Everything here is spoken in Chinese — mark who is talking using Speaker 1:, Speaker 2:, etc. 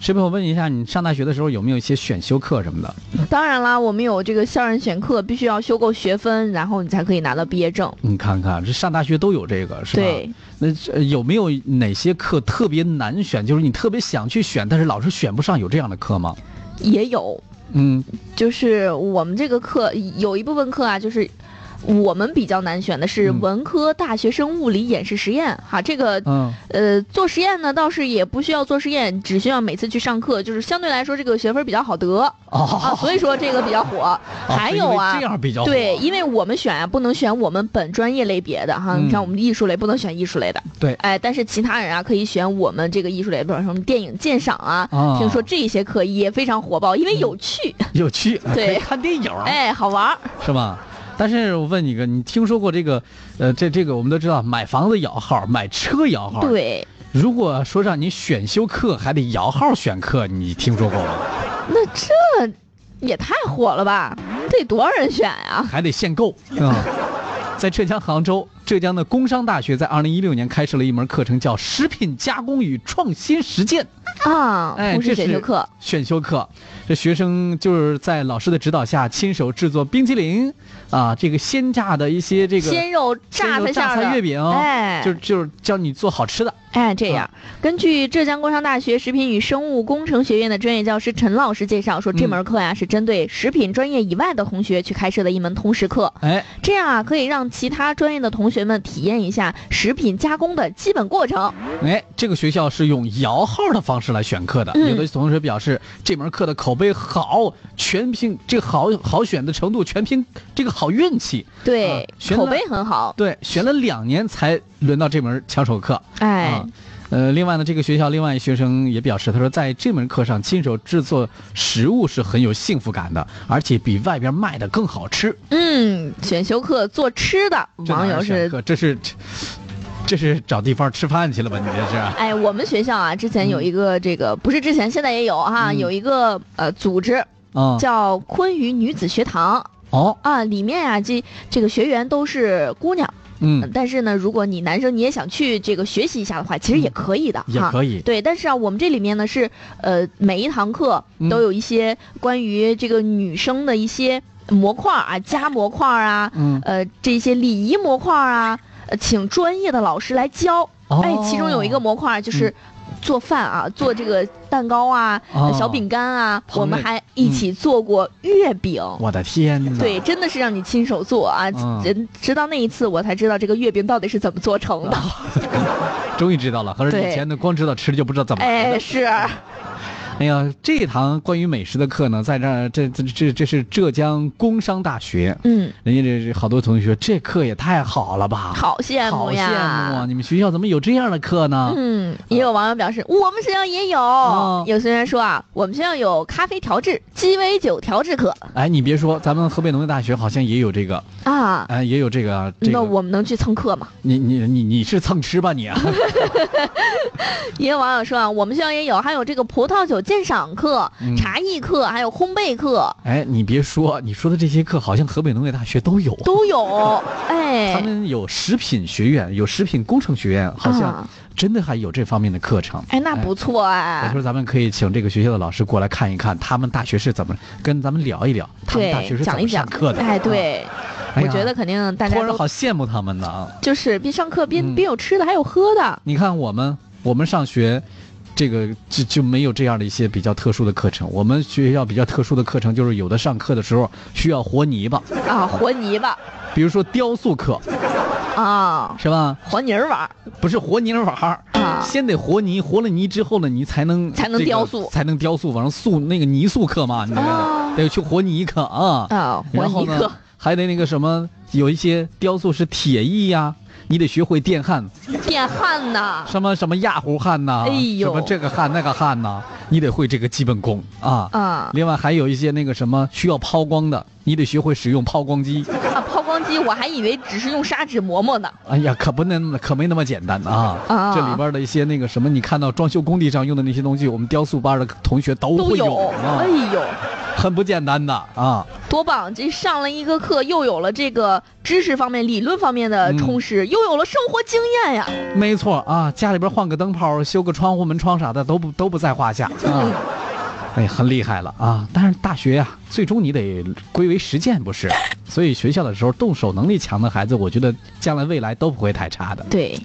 Speaker 1: 师傅，我问一下，你上大学的时候有没有一些选修课什么的？
Speaker 2: 当然啦，我们有这个校任选课，必须要修够学分，然后你才可以拿到毕业证。
Speaker 1: 你看看，这上大学都有这个，是吧？
Speaker 2: 对，
Speaker 1: 那这有没有哪些课特别难选？就是你特别想去选，但是老师选不上，有这样的课吗？
Speaker 2: 也有，
Speaker 1: 嗯，
Speaker 2: 就是我们这个课有一部分课啊，就是。我们比较难选的是
Speaker 1: 嗯
Speaker 2: 文科大学生物理演示实验，哈，这个
Speaker 1: 嗯，
Speaker 2: 呃，做实验呢倒是也不需要做实验，只需要每次去上课，就是相对来说这个学分比较好得啊，
Speaker 1: 哦，
Speaker 2: 所以说这个比较火。还
Speaker 1: 是因
Speaker 2: 有
Speaker 1: 为
Speaker 2: 啊
Speaker 1: 这，样比较
Speaker 2: 对，
Speaker 1: 火
Speaker 2: 因为我们选啊不能选我们本专业类别的哈，
Speaker 1: 嗯
Speaker 2: 你看我们艺术类不能选艺术类的，
Speaker 1: 对
Speaker 2: 哎，但是其他人啊可以选我们这个艺术类，比如说什么电影鉴赏啊，
Speaker 1: 啊，嗯
Speaker 2: 听说这些课也非常火爆，因为有趣，
Speaker 1: 有趣，
Speaker 2: 对
Speaker 1: 可以看电影啊，
Speaker 2: 哎，好玩儿。
Speaker 1: 是吧？但是我问你一个，你听说过这个，呃，这这个我们都知道，买房子摇号，买车摇号。，
Speaker 2: 对，
Speaker 1: 如果说让你选修课，还得摇号选课，你听说过吗？
Speaker 2: 那这也太火了吧？得多少人选呀、
Speaker 1: 还得限购
Speaker 2: 嗯
Speaker 1: 啊、 在浙江杭州，浙江的工商大学在二零一六年开设了一门课程，叫“食品加工与创新实践”。
Speaker 2: 啊？
Speaker 1: 哎
Speaker 2: 通识
Speaker 1: 这
Speaker 2: 选修
Speaker 1: 是
Speaker 2: 课，
Speaker 1: 选修课，这学生就是在老师的指导下亲手制作冰淇淋，啊，这个鲜榨的一些这个
Speaker 2: 鲜肉
Speaker 1: 鲜
Speaker 2: 榨
Speaker 1: 肉
Speaker 2: 菜馅
Speaker 1: 榨
Speaker 2: 儿的
Speaker 1: 菜月饼，
Speaker 2: 哎，
Speaker 1: 就就是教你做好吃的。
Speaker 2: 哎，这
Speaker 1: 啊
Speaker 2: 样，根据浙江工商大学食品与生物工程学院的专业教师陈老师介绍说，这
Speaker 1: 嗯
Speaker 2: 门课呀、是针对食品专业以外的同学去开设的一门通识课，
Speaker 1: 哎，
Speaker 2: 这样啊可以让其他专业的同学们体验一下食品加工的基本过程。
Speaker 1: 哎，这个学校是用摇号的方式来选课的。
Speaker 2: 嗯
Speaker 1: 有的同学表示这门课的口碑好，全凭这个好好选的程度，全凭这个好运气。
Speaker 2: 对，
Speaker 1: 选
Speaker 2: 口
Speaker 1: 了
Speaker 2: 碑很好。
Speaker 1: 对，选了两年才轮到这门抢手课。
Speaker 2: 哎，
Speaker 1: 啊，呃，另外呢，这个学校另外一学生也表示，他说在这门课上亲手制作食物是很有幸福感的，而且比外边卖的更好吃。
Speaker 2: 嗯，选修课做吃的，
Speaker 1: 这哪
Speaker 2: 网
Speaker 1: 儿
Speaker 2: 友
Speaker 1: 选
Speaker 2: 是
Speaker 1: 课这是这这是找地方吃饭去了吧？你这是？
Speaker 2: 哎，我们学校啊，之前有
Speaker 1: 嗯
Speaker 2: 一个这个，不是之前，现在也有哈，
Speaker 1: 嗯
Speaker 2: 有一个呃组织
Speaker 1: 啊、
Speaker 2: 叫昆宇女子学堂
Speaker 1: 哦，
Speaker 2: 啊，里面啊这这个学员都是姑娘，
Speaker 1: 嗯，
Speaker 2: 但是呢，如果你男生你也想去这个学习一下的话，其实也可以的
Speaker 1: 嗯也
Speaker 2: 哈。
Speaker 1: 可以。
Speaker 2: 对，但是啊，我们这里面呢是，呃，每一堂课
Speaker 1: 嗯
Speaker 2: 都有一些关于这个女生的一些模块儿啊，加模块儿啊，
Speaker 1: 嗯，
Speaker 2: 呃，这些礼仪模块儿啊，呃，请专业的老师来教。
Speaker 1: 哦嗯
Speaker 2: 哎，其中有一个模块就是做饭啊，做这个蛋糕啊、
Speaker 1: 哦嗯
Speaker 2: 小饼干啊，
Speaker 1: 烹饪
Speaker 2: 我们还一起做过月饼。
Speaker 1: 我的天呐！
Speaker 2: 对，，真的是让你亲手做啊！
Speaker 1: 嗯
Speaker 2: 直直到那一次，我才知道这个月饼到底是怎么做成
Speaker 1: 哦
Speaker 2: 的。
Speaker 1: 终于知道了。合着
Speaker 2: 对
Speaker 1: 以前呢，光知道吃就不知道怎么来
Speaker 2: 哎，
Speaker 1: 的。
Speaker 2: 是，
Speaker 1: 哎呀，这堂关于美食的课呢，在这儿，这这这这是浙江工商大学，
Speaker 2: 嗯，
Speaker 1: 人家这这好多同学说，这课也太好了吧？
Speaker 2: 好羡
Speaker 1: 好
Speaker 2: 慕
Speaker 1: 羡慕啊！
Speaker 2: 呀！
Speaker 1: 你们学校怎么有这样的课呢？
Speaker 2: 嗯，也有网友表示，我们学校也有。
Speaker 1: 哦
Speaker 2: 有学员说啊，我们学校有咖啡调制、鸡尾酒调制课
Speaker 1: 哎，你别说，咱们河北农业大学好像也有这个，
Speaker 2: 啊。
Speaker 1: 哎，也有这个啊。这
Speaker 2: 那
Speaker 1: 个，
Speaker 2: 我们能去蹭课吗？
Speaker 1: 你你你你是蹭吃吧你、啊？
Speaker 2: 也有网友说啊，我们学校也有，还有这个葡萄酒鉴赏课、
Speaker 1: 嗯
Speaker 2: 茶艺课，还有烘焙课
Speaker 1: 哎，你别说，你说的这些课好像河北农业大学都有啊。
Speaker 2: 都 有。
Speaker 1: 他
Speaker 2: 哎，
Speaker 1: 们有食品学院，有食品工程学院，好像
Speaker 2: 啊
Speaker 1: 真的还有这方面的课程。
Speaker 2: 哎，那不错
Speaker 1: 我
Speaker 2: 哎
Speaker 1: 说。咱们可以请这个学校的老师过来看一看，他们大学是怎么跟咱们聊一聊，他们大学
Speaker 2: 对，
Speaker 1: 是怎
Speaker 2: 讲一
Speaker 1: 么
Speaker 2: 讲
Speaker 1: 上课的。
Speaker 2: 哎，对，
Speaker 1: 哎
Speaker 2: 我
Speaker 1: 呀
Speaker 2: 觉得肯定大
Speaker 1: 突
Speaker 2: 家
Speaker 1: 然
Speaker 2: 都
Speaker 1: 好羡慕他们呢啊！
Speaker 2: 就是边上课边
Speaker 1: 嗯
Speaker 2: 边有吃的，还有喝的。
Speaker 1: 你看我们，我们上学。这个就就没有这样的一些比较特殊的课程。我们学校比较特殊的课程就是有的上课的时候需要和泥巴，
Speaker 2: 啊，和泥巴
Speaker 1: 比如说雕塑课，
Speaker 2: 啊，
Speaker 1: 是吧？
Speaker 2: 和泥儿玩儿
Speaker 1: 不是和泥儿玩儿，
Speaker 2: 啊
Speaker 1: 先得和泥，和了泥之后呢，你才能
Speaker 2: 才能
Speaker 1: 这个
Speaker 2: 雕塑
Speaker 1: 才能雕塑，往上塑那个泥塑课嘛，你知道吗
Speaker 2: 啊
Speaker 1: 得去和泥课啊。
Speaker 2: 啊，和
Speaker 1: 然后
Speaker 2: 泥
Speaker 1: 呢
Speaker 2: 课，
Speaker 1: 还得那个什么，有一些雕塑是铁艺呀、你得学会电焊，
Speaker 2: 电焊呐。
Speaker 1: 什么什么氩弧焊呐、
Speaker 2: 哎呦
Speaker 1: 什么这个焊那个焊呐、你得会这个基本功啊。
Speaker 2: 啊
Speaker 1: 另外还有一些那个什么需要抛光的，你得学会使用抛光机。
Speaker 2: 啊！抛光机，我还以为只是用砂纸磨磨呢。
Speaker 1: 哎呀，可不能，可没那么简单啊！
Speaker 2: 啊
Speaker 1: 这里边的一些那个什么，你看到装修工地上用的那些东西，我们雕塑班的同学都
Speaker 2: 都
Speaker 1: 会
Speaker 2: 有，哎
Speaker 1: 用啊
Speaker 2: 哎，呦，
Speaker 1: 很不简单的啊！
Speaker 2: 多棒！这上了一个课，又有了这个知识方面、理论方面
Speaker 1: 嗯
Speaker 2: 的充实，又有了生活经验呀。
Speaker 1: 没错啊，家里边换个灯泡、修个窗户、门窗啥的都不都不在话下啊。 哎，很厉害了啊！但是大学呀、最终你得归为实践，不是？所以学校的时候动手能力强的孩子，我觉得将来未来都不会太差的。
Speaker 2: 对，